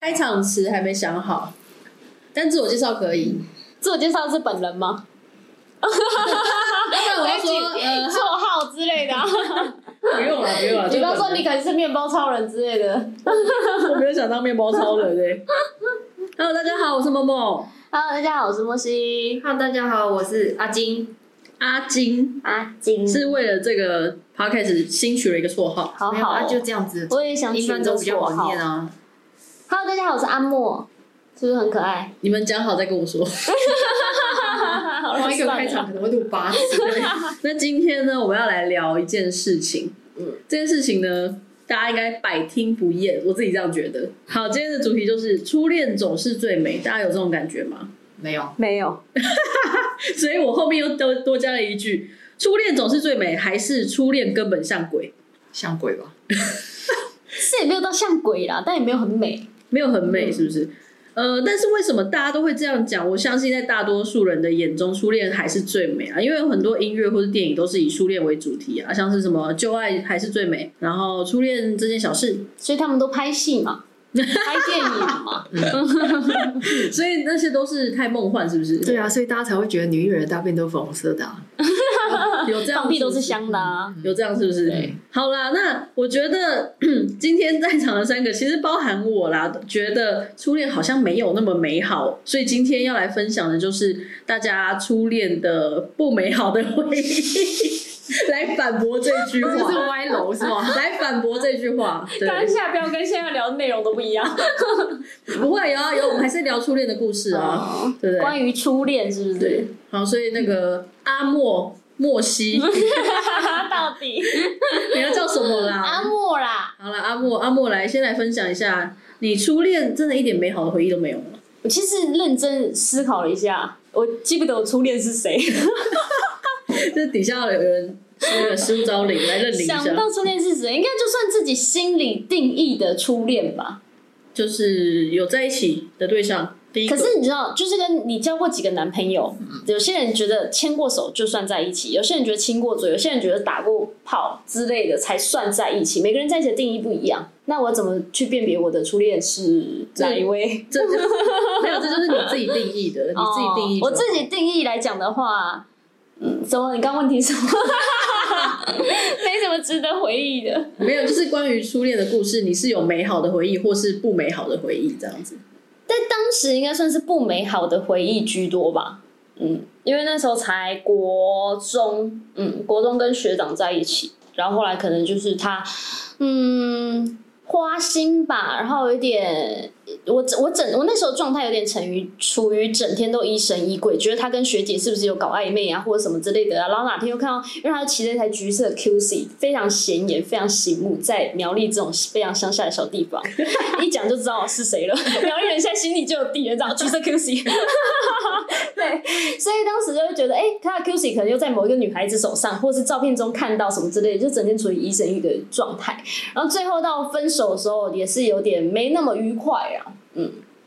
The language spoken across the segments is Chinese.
开场词还没想好，但自我介绍可以。自我介绍是本人 吗？要不然我就说，呃，哎绰号之类的、啊，不用了，不用了。比方说就你可能是面包超人之类的。我没有想当面包超人嘞。Hello，大家好，我是默默， Hello，大家好，我是莫西。 Hello，大家好，我是阿金。阿金阿金是为了这个 podcast 新取了一个绰号。好没好有哦，啊，就这样子，我也想取一般个都比较绰好号。念啊。 Hello，大家好，我是阿莫，是不是很可爱？你们讲好再跟我说。 好然后一个开场可能会录八次，那今天呢，我们要来聊一件事情。嗯嗯，这件事情呢，大家应该百听不厌，我自己这样觉得。好，今天的主题就是初恋总是最美，大家有这种感觉吗？ 没有，没有， 所以我后面又多多加了一句：初恋总是最美，还是初恋根本像鬼？像鬼吧？是也没有到像鬼啦，但也没有很美。没有很嗯美，是不是？呃，但是为什么大家都会这样讲？我相信在大多数人的眼中，初恋还是最美啊，因为有很多音乐或者电影都是以初恋为主题啊，像是什么《旧爱还是最美》，然后《初恋这件小事》，所以他们都拍戏嘛，拍电影 嘛。所以那些都是太梦幻，是不是？对啊，所以大家才会觉得女艺人的大便都粉红色的啊。有这样放屁都不是香的啊！有这样是不是对？好啦，那我觉得 今天在场的三个，其实包含我啦，觉得初恋好像没有那么美好，所以今天要来分享的就是大家初恋的不美好的回忆，来反驳这句 这是话，歪楼是吗？ 来反驳这句话。对，下标跟现在聊的内容都不一样。不会有啊有，我们还是聊初恋的故事啊，哦对不对？关于初恋是不对是？，好，所以那个阿莫莫 西，到底你要叫什么啦？ 阿莫啦，好了，阿莫，阿莫来，先来分享一下，你初恋真的一点美好的回忆都没有吗？我其实认真思考了一下，我记不得我初恋是谁。这底下有人说了失物招领，来认领一 想不下，到初恋是谁，应该就算自己心里定义的初恋吧。就是有在一起的对象，第一可个是你知道，就是跟你交过几个男朋友，有些人觉得牵过手就算在一起，有些人觉得亲过嘴，有些人觉得打过炮之类的才算在一起。每个人在一起的定义不一样，那我怎么去辨别我的初恋是哪一位？这 没有，这就是你自己定义的，你自己定义、哦我自己。定义来讲的话，嗯，什么？你刚问题什么？ 没什么值得回忆的。没有，就是关于初恋的故事，你是有美好的回忆，或是不美好的回忆这样子。当时应该算是不美好的回忆居多吧。嗯，因为那时候才国中，嗯，国中跟学长在一起，然后后来可能就是他，嗯，花心吧，然后有一点，我我整我那时候状态有点处于处于整天都疑神疑鬼，觉得他跟学姐是不是有搞暧昧啊，或者什么之类的啊，然后哪天又看到，因为他骑了一台橘色的 QC，非常显眼，非常醒目，在苗栗这种非常乡下的小地方， 一讲就知道是 谁了。苗栗人现在心里就有底了，知道哦橘色 QC。对，所以当时就会觉得，哎、他的 QC 可能又在某一个女孩子手上，或是照片中看到什么之类的，就整天处于疑神疑鬼的状态。然后最后到分手的时候，也是有点没那么愉快啊。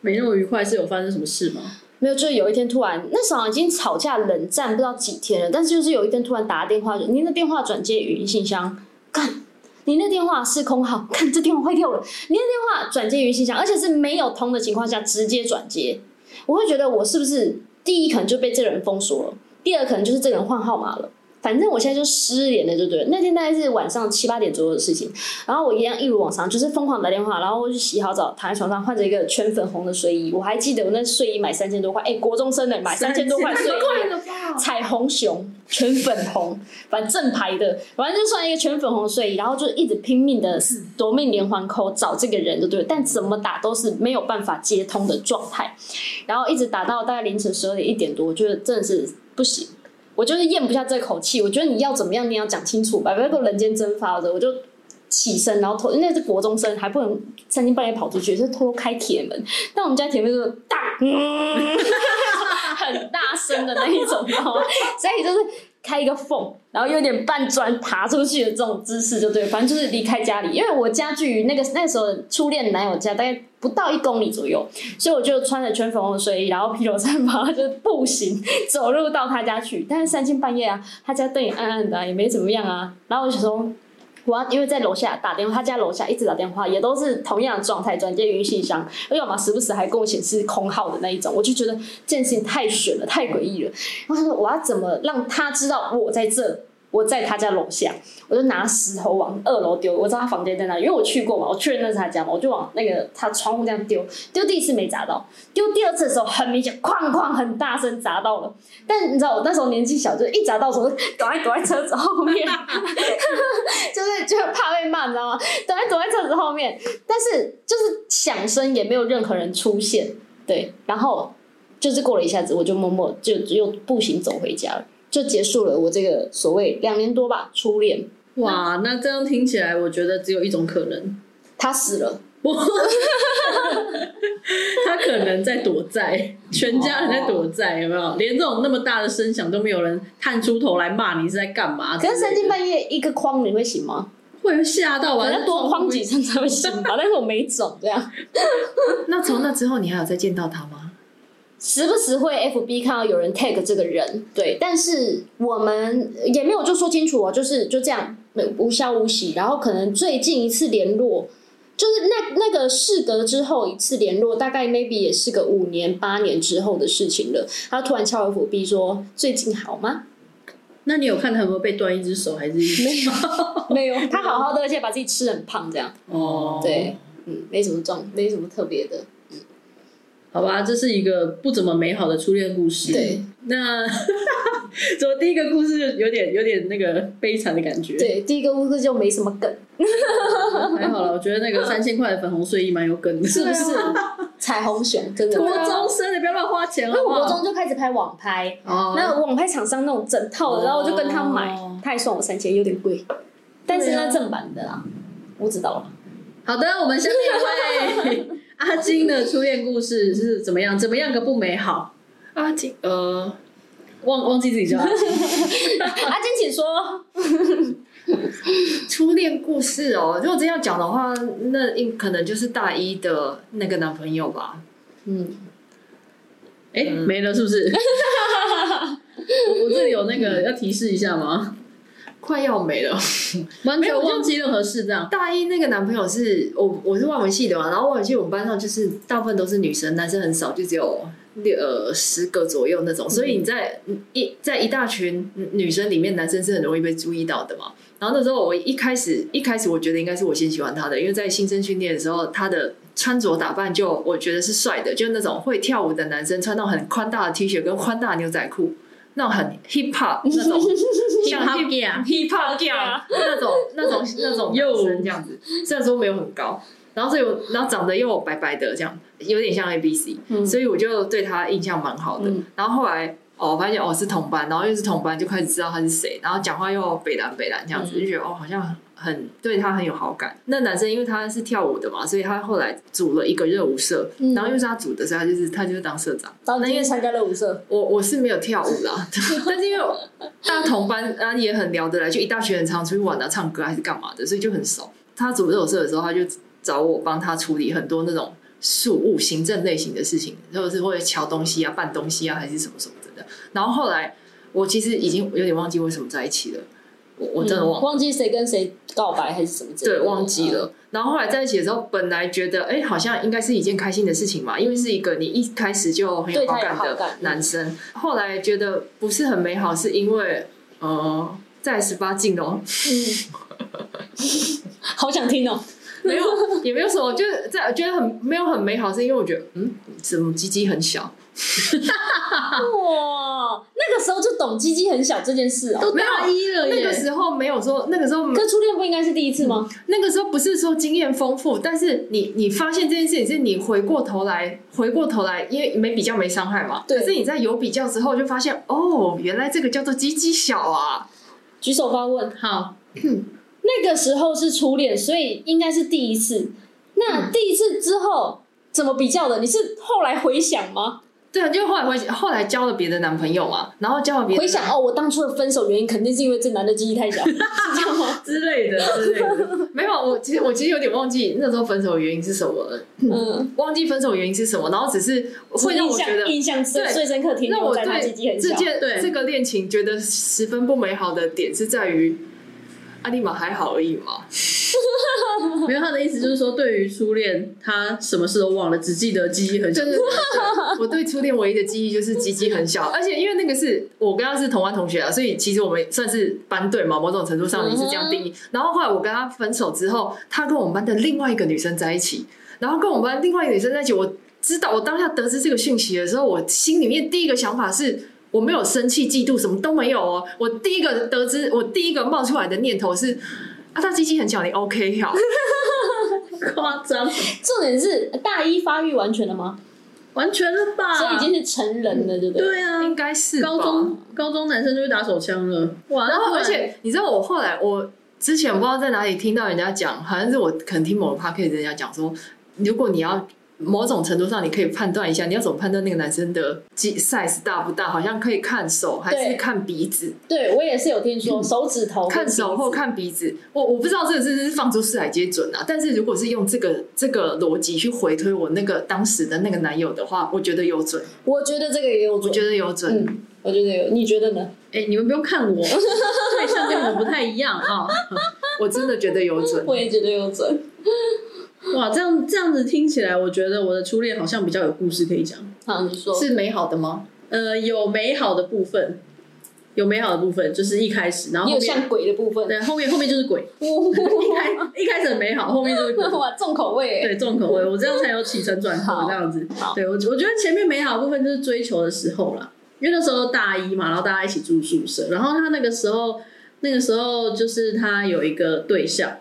没那么愉快，是有发生什么事吗？没有，就是有一天突然，那时候好像已经吵架冷战不知道几天了，但是就是有一天突然打电话，您的电话转接语音信箱，看。您的电话是空号，看这电话坏掉了。您的电话转接语音信箱，而且是没有通的情况下直接转接，我会觉得我是不是第一可能就被这个人封锁了，第二可能就是这个人换号码了。反正我现在就失联了，就对了。那天大概是晚上七八点左右的事情，然后我一样一如往常，就是疯狂打电话，然后我去洗好澡，躺在床上换着一个全粉红的睡衣。我还记得我那睡衣买三千多块，哎、国中生的买三千多块睡衣，了吧？彩虹熊，全粉红，反正正牌的，反正就穿一个全粉红睡衣，然后就一直拼命 的夺命连环扣找这个人，对不对？但怎么打都是没有办法接通的状态，然后一直打到大概凌晨十二点一点多，我觉得真的是不行。我就是咽不下这口气，我觉得你要怎么样，你要讲清楚吧，不要给我人间蒸发的。我就起身，然后偷，因为那是国中生，还不能三更半夜跑出去，就偷偷开铁门。但我们家铁门就是大，嗯很大声的那一种，然后所以就是开一个缝，然后有点半砖爬出去的这种姿势，就对，反正就是离开家里，因为我家距于那个那时候的初恋男友家大概不到一公里左右，所以我就穿着全粉红的睡衣，然后披头散发， 就是步行走路到他家去。但是三更半夜啊，他家灯也暗暗的啊、也没怎么样啊。然后我就想说，我要因为在楼下打电话，他家楼下一直打电话，也都是同样的状态，转接语音信箱，要么时不时还跟我显示空号的那一种，我就觉得这件事情太悬了，太诡异了。然后他说我要怎么让他知道我在这，我在他家楼下，我就拿石头往二楼丢，我知道他房间在哪里，因为我去过嘛，我确认那是他家嘛，我就往那个他窗户这样丢，丢第一次没砸到，丢第二次的时候很明显，哐哐很大声砸到了，但你知道我那时候年纪小，就一砸到的时候 赶快躲在车子后面。 就是就怕被骂，你知道吗？躲在躲在车子后面，但是就是响声也没有任何人出现，对，然后就是过了一下子，我就默默就又步行走回家了，就结束了我这个所谓两年多吧初恋，哇，那这样听起来，我觉得只有一种可能，他死了， 他可能在躲债，全家人在躲债，有没有？连这种那么大的声响都没有人探出头来骂你是在干嘛之可类的？是三更半夜一个框你会醒吗？会吓到啊可吧？能多框几声才会醒 吧，但是我没肿这样。 那从那之后，你还有再见到他吗？时不时会 FB 看到有人 tag 这个人，对，但是我们也没有就说清楚哦，就是就这样没无消无息。然后可能最近一次联络，就是那那个事隔之后一次联络，大概 maybe 也是个五年八年之后的事情了。他突然敲我 FB 说：“最近好吗那你有看他有没有被断一只手，还是一只？” 没有， 他好好的，而且把自己吃很胖，这样，哦，对，嗯，没什么状，没什么特别的。好吧，这是一个不怎么美好的初恋故事。对，那 怎么第一个故事就有点有点那个悲惨的感觉？，对，第一个乌克就没什么梗，还好了，我觉得那个三千块的粉红睡衣蛮有梗的，是 啊不是？彩虹熊真的，国啊中生的不要乱花钱，那好不我国中好？就开始拍网拍，哦那网拍厂商那种整套的，然后我就跟他买哦，他还送我三千，有点贵，但是对那啊正版的啦，啊我知 道了。好的，我们下面一位阿金的初恋故事是怎么样？怎么样个不美好？阿金，呃，忘忘记自己叫阿金，阿金，请说。初恋故事哦，如果真要讲的话，那应可能就是大一的那个男朋友吧。嗯，哎、没了是不是？我我这里有那个要提示一下吗？快要没了。完全我就忘记任何事，这样大一那个男朋友是我，我是外文系的嘛，然后外文系我们班上就是大部分都是女生，男生很少，就只有六呃十个左右那种。所以你在嗯一在一大群女生里面，男生是很容易被注意到的嘛。然后那时候我一开始一开始我觉得应该是我先喜欢他的，因为在新生训练的时候，他的穿着打扮就我觉得是帅的，就那种会跳舞的男生，穿到很宽大的 T 恤跟宽大的牛仔裤，那种很 hip hop 那 种像 Hip hop girl hip hop girl 那种那种那种男生这样子，虽然说没有很高，然后所以我然后长得又白白的这样，有点像 A B C，、嗯所以我就对他印象蛮好的。嗯然后后来哦，发现哦是同班，然后又是同班，就开始知道他是谁，然后讲话又北蓝北蓝这样子，就觉得哦好像很对他很有好感。那男生因为他是跳舞的嘛，所以他后来组了一个热舞社，嗯然后又是他组的，所以他就是他就是当社长。然后那你因也为参加了舞社，我我是没有跳舞啦，但是因为我大家同班啊也很聊得来，就一大群人常出去玩啊、唱歌还是干嘛的，所以就很熟。他组这首社的时候，他就找我帮他处理很多那种事务、行政类型的事情，或者是会瞧东西啊、办东西啊，还是什么什么的。然后后来我其实已经有点忘记为什么在一起了，我我真的忘了。嗯忘记谁跟谁告白还是什么之类对，的？忘记嗯了。然后后来在一起的时候，本来觉得哎、好像应该是一件开心的事情嘛，因为是一个你一开始就很有对好他有感好感的男生。后来觉得不是很美好，是因为呃，在十八禁哦， 嗯。 好想听哦，没有也没有什么，就是在觉得很没有很美好，是因为我觉得嗯，怎么鸡鸡很小？啊哇，那个时候就懂鸡鸡很小这件事哦。都大啊一了耶，那个时候没有说，那个时候可初恋不应该是第一次吗？那个时候不是说经验丰富，但是你你发现这件事情是你回过头来回过头来，因为没比较没伤害嘛。对可是你在有比较之后，就发现哦，原来这个叫做鸡鸡小啊。举手发问。好，那个时候是初恋，所以应该是第一次。那第一次之后、怎么比较的？你是后来回想吗？对啊，就后来回后来交了别的男朋友嘛，然后交了别的回想哦，我当初的分手原因肯定是因为这男的记忆太 小，是这样吗？之类的之类 的，没有，我其实我其实有点忘记那时候分手的原因是什么了，嗯，忘记分手的原因是什么，然后只是会让印我觉得象印象最对最深刻停让留我在他记忆对很这小。件对这个恋情觉得十分不美好的点是在于，阿丽玛还好而已嘛。没有他的意思就是说，对于初恋，他什么事都忘了，只记得记 忆很对小。对对对，我对初恋唯一的记忆就是鸡鸡很小，而且因为那个是我跟他是同班同学啊，所以其实我们算是班对嘛，某种程度上你是这样定义。嗯然后后来我跟他分手之后，他跟我们班的另外一个女生在一起，然后跟我们班另外一个女生在一起，我知道我当下得知这个讯息的时候，我心里面第一个想法是。我没有生气、嫉妒，什么都没有哦。我第一个得知，我第一个冒出来的念头是：啊，他鸡鸡很小，你 OK 啊 好？夸张，重点是大一发育完全了吗？完全了吧？所以已经是成人了，对不对？对啊，应该是吧高中高中男生就会打手枪了，哇！然那后，不而且你知道，我后来我之前不知道在哪里听到人家讲，好像是我可能听某个 p o d c a s 人家讲说，如果你要某种程度上，你可以判断一下，你要怎么判断那个男生的肌 size 大不大，好像可以看手还对是看鼻子，对我也是有听说嗯手指头跟看手鼻或子看鼻子。我我不知道这个是不是放诸四海皆准啊，但是如果是用这个这个逻辑去回推我那个当时的那个男友的话，我觉得有准，我觉得这个也有我准，觉得有准。嗯，我觉得有，你觉得呢？哎、你们不用看 我，对象跟我不太一样啊、我真的觉得有准。我也觉得有准哇，这样这样子听起来，我觉得我的初恋好像比较有故事可以讲。好，你说是美好的吗？呃，有美好的部分，有美好的部分，就是一开始，然后你后有面像鬼的部分，哦 对后面后面就是鬼，一开哇，一开始很美好，后面就是鬼。 哇重口味欸，对重口味，我这样才有起承转合好这样子好。对我，我觉得前面美好的部分就是追求的时候啦，因为那时候大一嘛，然后大家一起住宿舍，然后他那个时候，那个时候就是他有一个对象，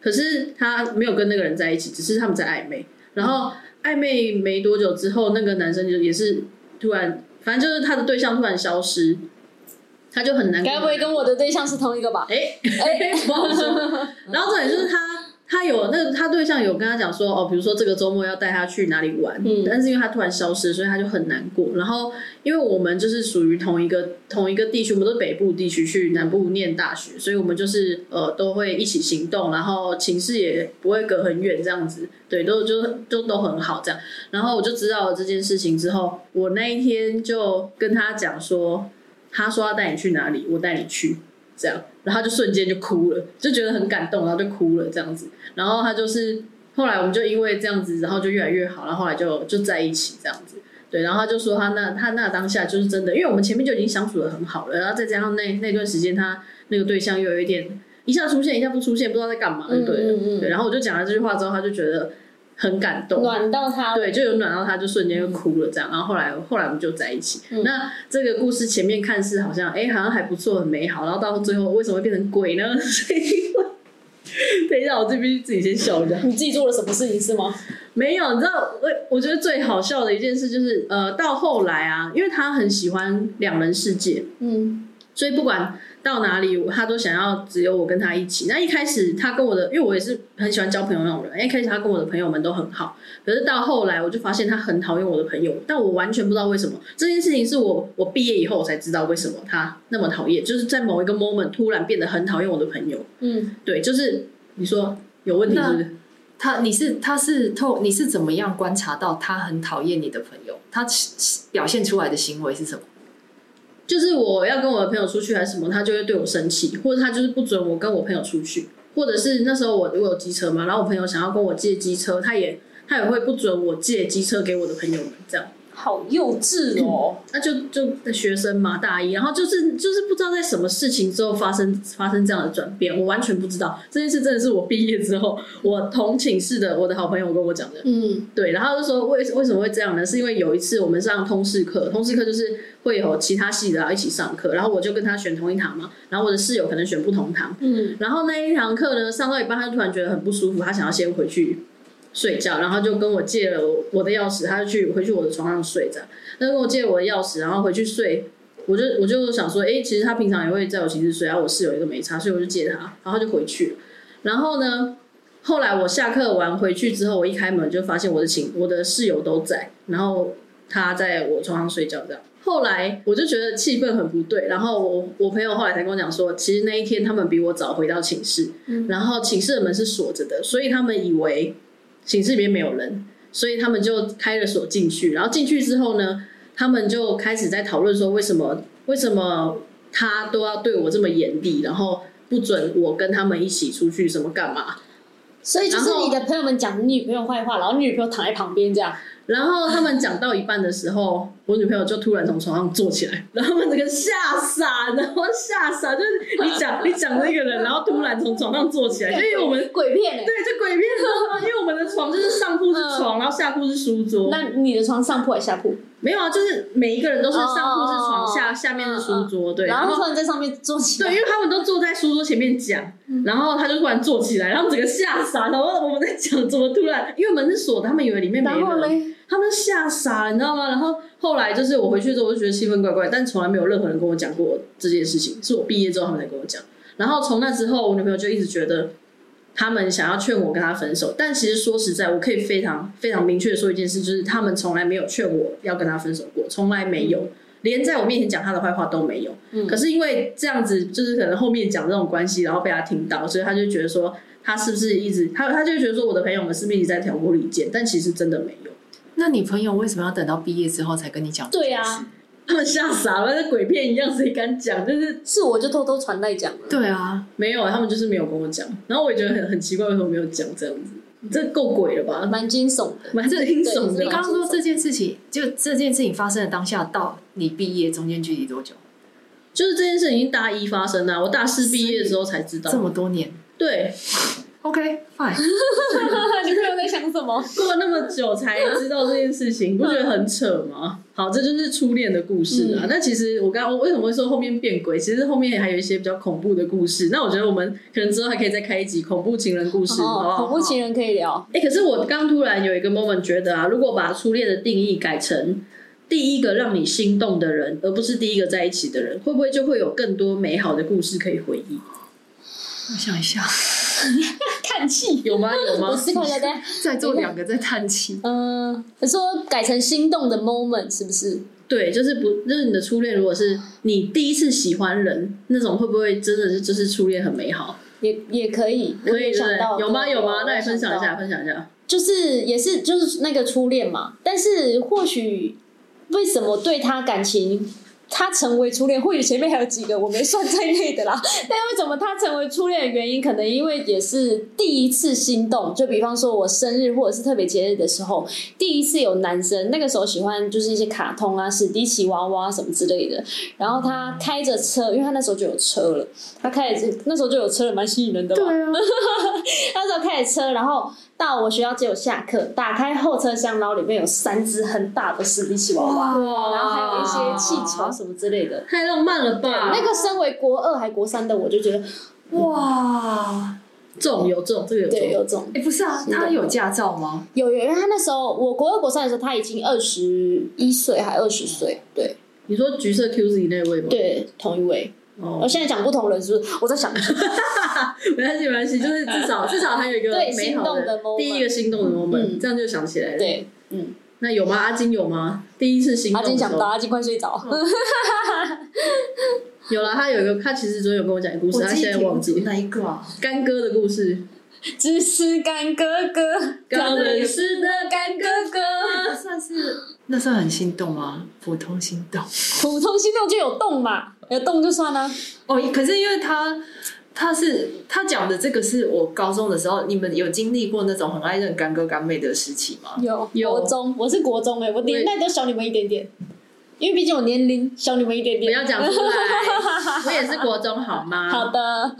可是他没有跟那个人在一起，只是他们在暧昧。然后暧昧没多久之后，那个男生就也是突然，反正就是他的对象突然消失，他就很难过。该不会跟我的对象是同一个吧？哎、 哎不好说。然后重点就是他，他有那个他对象有跟他讲说，哦，比如说这个周末要带他去哪里玩，嗯但是因为他突然消失，所以他就很难过。然后因为我们就是属于同一个同一个地区，我们都是北部地区去南部念大学，所以我们就是呃都会一起行动，然后寝室也不会隔很远这样子，对，都就就都很好这样。然后我就知道了这件事情之后，我那一天就跟他讲说，他说要带你去哪里，我带你去。这样，然后他就瞬间就哭了，就觉得很感动，然后就哭了这样子。然后他就是后来我们就因为这样子，然后就越来越好，然后后来就就在一起这样子。对，然后他就说他那他那当下就是真的，因为我们前面就已经相处的很好了，然后再加上那那段时间他那个对象又有一点一下出现一下不出现，不知道在干嘛，对了嗯嗯对。嗯，然后我就讲了这句话之后，他就觉得很感动，暖到他了，对，就有暖到他，就瞬间就哭了这样。然后后来后来我们就在一起。嗯那这个故事前面看似好像哎、好像还不错，很美好，然后到最后为什么会变成鬼呢？ 是因为等一下，我这边自己先笑一下。你自己做了什么事情是吗？没有，你知道我我觉得最好笑的一件事就是呃，到后来啊，因为他很喜欢两人世界，嗯，所以不管到哪里，他都想要只有我跟他一起。那一开始他跟我的，因为我也是很喜欢交朋友那种人，一开始他跟我的朋友们都很好，可是到后来我就发现他很讨厌我的朋友，但我完全不知道为什么。这件事情是我我毕业以后我才知道为什么他那么讨厌，就是在某一个 moment 突然变得很讨厌我的朋友。嗯，对，就是你说有问题是不是？他你是他是透你是怎么样观察到他很讨厌你的朋友？他是是表现出来的行为是什么？就是我要跟我的朋友出去还是什么，他就会对我生气，或者他就是不准我跟我朋友出去，或者是那时候我我有机车嘛，然后我朋友想要跟我借机车，他也 他也会不准我借机车给我的朋友们这样。好幼稚哦，那就就学生嘛，大一，然后就是就是不知道在什么事情之后发生发生这样的转变，我完全不知道这件事真的是我毕业之后，我同寝室的我的好朋友跟我讲的，嗯对，然后他就说为为什么会这样呢？是因为有一次我们上通识课，通识课就是会有其他系的要一起上课，然后我就跟他选同一堂嘛，然后我的室友可能选不同堂，嗯，然后那一堂课呢上到一半，他就突然觉得很不舒服，他想要先回去睡觉，然后就跟我借了我我的钥匙，他就去回去我的床上睡着，他就跟我借我的钥匙，然后回去睡。我就我就想说，哎、其实他平常也会在我寝室睡，然后我室友也都没差，所以我就借他，然后他就回去了。然后呢，后来我下课完回去之后，我一开门就发现我的寝我的室友都在，然后他在我床上睡觉这样。后来我就觉得气氛很不对，然后我我朋友后来才跟我讲说，其实那一天他们比我早回到寝室，然后寝室的门是锁着的，所以他们以为寝室里面没有人，所以他们就开了锁进去。然后进去之后呢，他们就开始在讨论说为什么为什么他都要对我这么严厉，然后不准我跟他们一起出去什么干嘛。所以就是你的朋友们讲你女朋友坏话，然后你女朋友躺在旁边这样，然后他们讲到一半的时候，我女朋友就突然从床上坐起来，然后他们整个吓傻，然后吓傻，就是你 讲你讲那个人，然后突然从床上坐起来，就因为我们鬼片哎、对就鬼片，你知道吗因为我们的床就是上铺是 床，然后下铺是书桌，那你的床上铺还是下铺？没有啊，就是每一个人都是上铺是哦床，下下面是书桌，对，然后突然在上面坐起对，来，因为他们都坐在书桌前面讲，嗯然后他就突然坐起来，然后整个吓傻，然后我们在讲怎么突然，因为门是锁的，他们以为里面没然后人。嘞，他们吓傻了，你知道吗？然后后来就是哦我回去之后，我就觉得气氛怪怪，但从来没有任何人跟我讲过这件事情，是我毕业之后他们才跟我讲。然后从那之后，我女朋友就一直觉得他们想要劝我跟他分手，但其实说实在，我可以非常非常明确的说一件事，就是他们从来没有劝我要跟他分手过，从来没有。连在我面前讲他的坏话都没有，嗯可是因为这样子，就是可能后面讲这种关系，然后被他听到，所以他就觉得说，他是不是一直他他就觉得说，我的朋友们是不是一直在挑拨离间？但其实真的没有。那你朋友为什么要等到毕业之后才跟你讲？对啊，他们 吓傻了，跟鬼片一样，谁敢讲？就是是我就偷偷传代讲了，对啊，没有，他们就是没有跟我讲。然后我也觉得很很奇怪，为什么没有讲这样子？这够鬼了吧？蛮惊悚 的。蛮惊悚嗯对的你吧。刚刚说这件事情，就这件事情发生的当下到你毕业中间距离多久？就是这件事已经大一发生啊了，我大四毕业的时候才知道这。么多年对， ，OK fine。你朋友在想什么？过了那么久才知道这件事情，不觉得很扯吗？好，这就是初恋的故事嗯啊。那其实我刚刚我为什么会说后面变鬼？其实后面还有一些比较恐怖的故事。那我觉得我们可能之后还可以再开一集恐怖情人故事，好不哦，好？恐怖情人可以聊。哎、可是我刚突然有一个 moment 觉得啊，如果把初恋的定义改成第一个让你心动的人，而不是第一个在一起的人，会不会就会有更多美好的故事可以回忆？我想 一下，叹气。有吗？有我吗？思考一下，等一下，再做两个在叹气。嗯，你说改成心动的 moment 是不是？对，就是不，就是你的初恋，如果是你第一次喜欢人那种，会不会真的是就是初恋很美好？也也可以，我可以也对不想对到有吗？对有吗？我那你也分享一想下，到，分享一下。就是也是就是那个初恋嘛，但是或许为什么对他感情？他成为初恋，或许前面还有几个我没算在内的啦。 但为什么他成为初恋的原因，可能因为也是第一次心动，就比方说我生日或者是特别节日的时候，第一次有男生，那个时候喜欢就是一些卡通啊、史迪奇娃娃什么之类的。然后他开着车，因为他那时候就有车了，他开着那时候就有车了，蛮吸引人的吧？啊， 那时候开着车，然后到我学校接我下课，打开后车厢，然后里面有三只很大的史迪奇娃娃，哇然后还有一些气球什么之类的。太浪漫了吧？那个身为国二还国三的我就觉得，哇，中有中，这个有对，中。有这种哎，不是啊，他有驾照吗？有有，因为他那时候我国二国三的时候，他已经二十一岁还二十岁，对你说橘色 QZ 那位吗？，对，同一位。哦我，现在讲不同人是不是？我在想，没关系，没关系，就是至少至少还有一个对美好心动的 moment 第一个心动的 moment，、嗯这样就想起来了。对，嗯，那有吗？阿金有吗？第一次心动阿的金时想不到，候，阿金快睡着。有了。他有一个，他其实昨天有跟我讲一个故事，他记忆现在停忘记止了哪一个啊？干哥的故事， 只是干哥哥，高冷是的干哥那哥，算是那算很心动吗？普通心动。普通心动就有动嘛，有动就算啦、啊哦，可是因为他他是他讲的这个是我高中的时候，你们有经历过那种很爱认干哥干妹的时期吗？有有国中，我是国中哎、我年代都小你们一点点，因为毕竟我年龄小你们一点不点。要讲出 来。我也是国中，好吗？好的，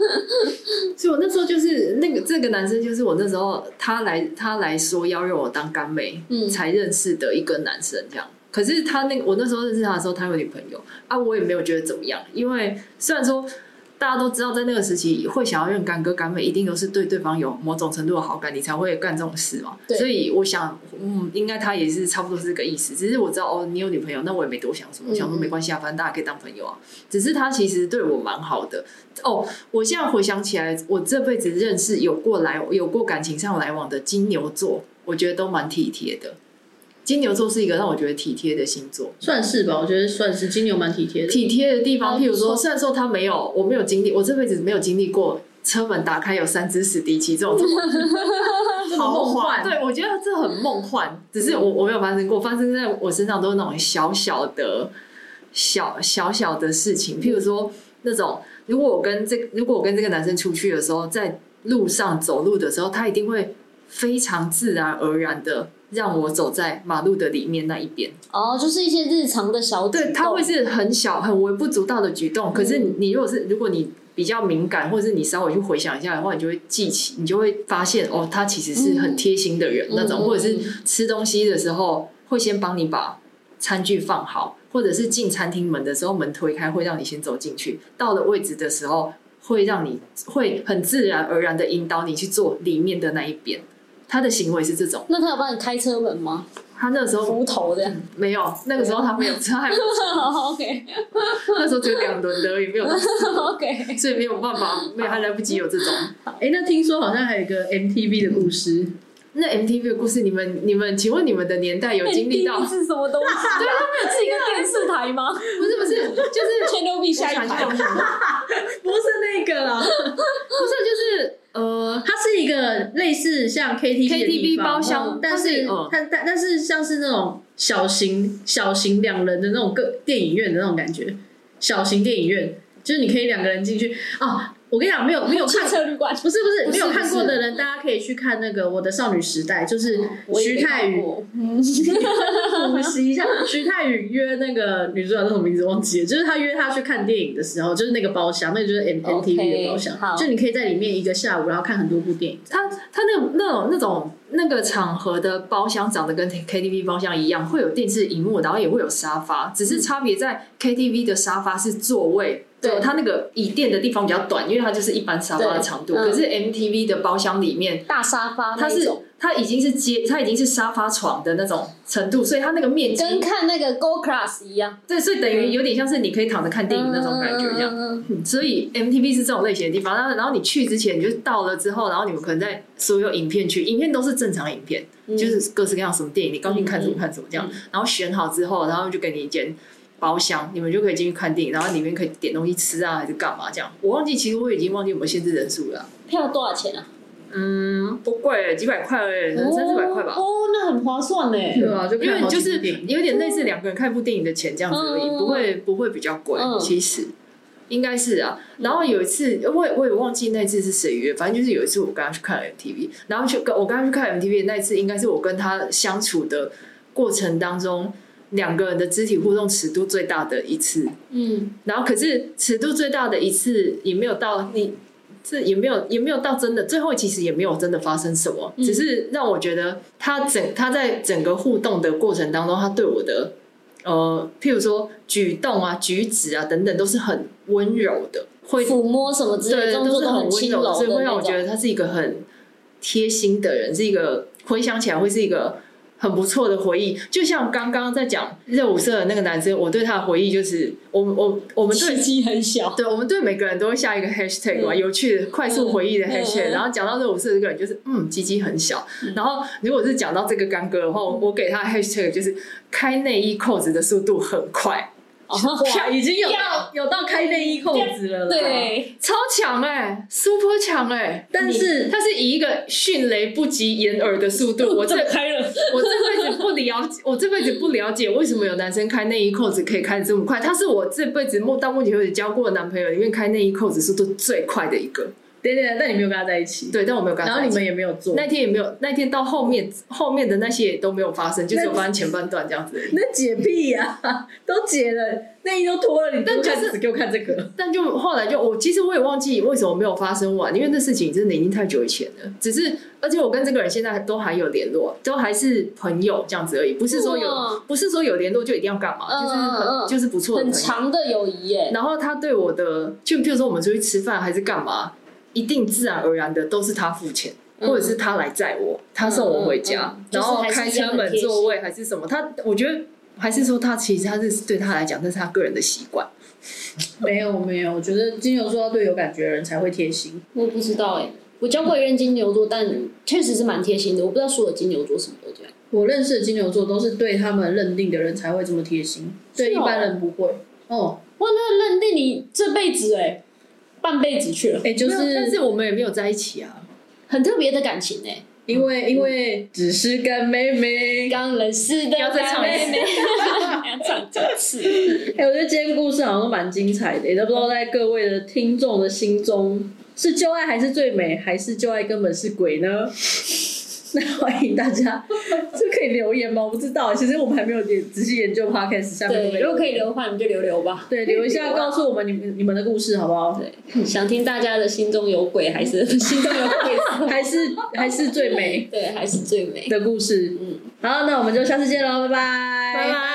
所以我那时候就是那个这个男生，就是我那时候他来他来说要让我当干妹，嗯才认识的一个男生这样。可是他那个我那时候认识他的时候，他有女朋友啊，我也没有觉得怎么样，因为虽然说。大家都知道，在那个时期会想要认干哥干妹，一定都是对对方有某种程度的好感，你才会干这种事嘛。对所以我想，嗯，应该他也是差不多是这个意思。只是我知道哦，你有女朋友，那我也没多想什么，嗯想说没关系啊，反正大家可以当朋友啊。只是他其实对我蛮好的哦。我现在回想起来，我这辈子认识有过来有过感情上来往的金牛座，我觉得都蛮体贴的。金牛座是一个让我觉得体贴的星座，算是吧，我觉得算是金牛蛮体贴的。体贴的地还方，不譬如错说，虽然说他没有，我没有经历，我这辈子没有经历过车门打开有三只史迪奇这种这么梦幻对我觉得这很梦幻，只是我我没有发生过，发生在我身上都是那种小小的、小小小的事情，譬如说。那种，如果我跟这如果我跟这个男生出去的时候，在路上走路的时候，他一定会非常自然而然的让我走在马路的里面那一边。哦，就是一些日常的小举对，动，他会是很小、很微不足道的举动。可是你你如果是如果你比较敏感，或者是你稍微去回想一下的话，你就会记起，你就会发现哦，他其实是很贴心的人、嗯那种，嗯或者是嗯吃东西的时候会先帮你把餐具放好，或者是进餐厅门的时候门推开会让你先走进去，到了位置的时候会让你会很自然而然的引导你去做里面的那一边。他的行为是这种，那他有帮你开车门吗？他那时候扶头 这样。没有，那个时候他 没有，他还 OK 那时候只有两轮的而已，没有到 OK，所以没有办法，没有还来不及有这种。哎，那听说好像还有一个 MTV 的故事，那 MTV 的故事，你们你们，请问你们的年代有经历 到？不是什么东西？对，他们有自己的电视台 吗？是不是，就是全都比下我想一一下台我。想一下不是那个啦，不是就是呃，它是一个类似像 KTV 的 KTV 地方包厢嗯但它是是嗯它但但是像是那种小型小型两人的那种个电影院的那种感觉，小型电影院就是你可以两个人进去啊。我跟你讲，没有没有汽看车旅馆，不是不是不是没有不看过是的人，大家可以去看那个《我的少女时代》，就是我也徐没太看宇过。嗯，复习一下，徐太宇约那个女主角叫什么名字忘记了，就是他约她去看电影的时候，就是那个包厢，那个就是 M M T V 的包厢 OK，好就你可以在里面一个下午，然后看很多部电影。他他那种那种那种那个场合的包厢长得跟 KTV 包厢一样，会有电视荧幕，然后也会有沙发，只是差别在 KTV 的沙发是座位。对它那个椅垫的地方比较短，因为它就是一般沙发的对长度。嗯可是 MTV 的包厢里面，大沙发它那是种，它已经是接，它已经是沙发床的那种程度，所以它那个面积跟看那个 Go Class 一样，对，所以等于有点像是你可以躺着看电影那种感觉一样。嗯。嗯所以 MTV 是这种类型的地方，然后然后你去之前，你就是到了之后，然后你们可能在所有影片区，影片都是正常影片，嗯就是各式各样什么电影，你高兴看什么看什么这样。然后选好之后，然后就给你一间包厢，你们就可以进去看电影，然后里面可以点东西吃啊，还是干嘛这样。我忘记，其实我已经忘记有没有限制人数了。票多少钱啊？嗯，不贵，几百块而已，可能嗯三四百块吧。哦，嗯那很划算呢。对啊，就因看为好就几是部电影。有点类似两个人看一部电影的钱这样子而已，嗯不会不会比较贵，嗯其实应该是啊。然后有一次，呃我也我也忘记那次是谁约，反正就是有一次我跟他去看 MTV，然后去跟我跟他去看 MTV 的那一次，应该是我跟他相处的过程当中，两个人的肢体互动尺度最大的一次。嗯，然后可是尺度最大的一次也没有到你，这也没有也没有到真的，最后其实也没有真的发生什么，嗯只是让我觉得他整他在整个互动的过程当中，他对我的呃，譬如说举动啊、举止啊等等，都是很温柔的，会抚摸什么之类对的动作是都很温轻柔柔的，的所以会让我那觉种。得他是一个很贴心的人，是一个回想起来会是一个很不错的回忆。就像刚刚在讲热舞社的那个男生，我对他的回忆就是，我们我我 们对体积很小，对，我们对每个人都会下一个 hashtag 嘛，嗯有趣的、快速回忆的嗯 hashtag、嗯然后讲到这五四这个人，就是嗯，鸡鸡很小。然后如果是讲到这个干哥的话，我我给他的 hashtag 就是开内衣扣子的速度很快，哦哇，已经有要到有到开内衣扣子了啦，对，超强哎、s u p e r 强哎、但是他是以一个迅雷不及掩耳的速 度，我这开了，我这辈子不了解，我这辈子不了解为什么有男生开内衣扣子可以开得这么快，他是我这辈子目到目前为止交过的男朋友里面开内衣扣子速度最快的一个。对对，对但你没有跟他在一起，对，但我没有跟他然在后一你起们也没有做。那天也没有，那天到后面后面的那些也都没有发生，就是有发生前半段这样子而已。那解屁呀、 都解了，内衣都脱了，你但不就是看只给我看这个，但就后来就我其实我也忘记为什么没有发生完，因为那事情真的已经太久以前了。只是而且我跟这个人现在都还有联络，都还是朋友这样子而已，不是说有哇不是说有联络就一定要干嘛，嗯就是嗯很嗯就是不错的很朋友。长的友谊耶。然后他对我的，就譬如说我们出去吃饭还是干嘛，一定自然而然的都是他付钱，嗯或者是他来载我，他送我回家，嗯嗯嗯然后开就是还车门是一样很贴心座位还是什么，他我觉得还是说他其实他是对他来讲，这是他个人的习惯。没有没有，我觉得金牛座要对有感觉的人才会贴心。我不知道哎，我交过一任金牛座，但确实是蛮贴心的。我不知道所有金牛座什么都这样。我认识的金牛座都是对他们认定的人才会这么贴心，对一般人不会。哦，哇，那认定你这辈子哎，半辈子去了，哎、就没有但是是我们也没有在一起啊，很特别的感情哎。因为因为只是干妹妹，刚认识的要再唱一次妹妹， 要唱几次？哎、我觉得今天故事好像都蛮精彩的，也都不知道在各位的听众的心中是旧爱还是最美，还是旧爱根本是鬼呢？ 那欢迎大家，这可以留言吗？我不知道，其实我们还没有研仔细研究 podcast 下面会不对，会如果可以留的话，你就留留吧。对留一下，告诉我们你们你们的故事好不好？对，想听大家的心中有鬼，还是 心中有鬼是吗？ 还是还是最美对，还是最美。的故事。嗯，好，那我们就下次见喽，拜拜，拜拜。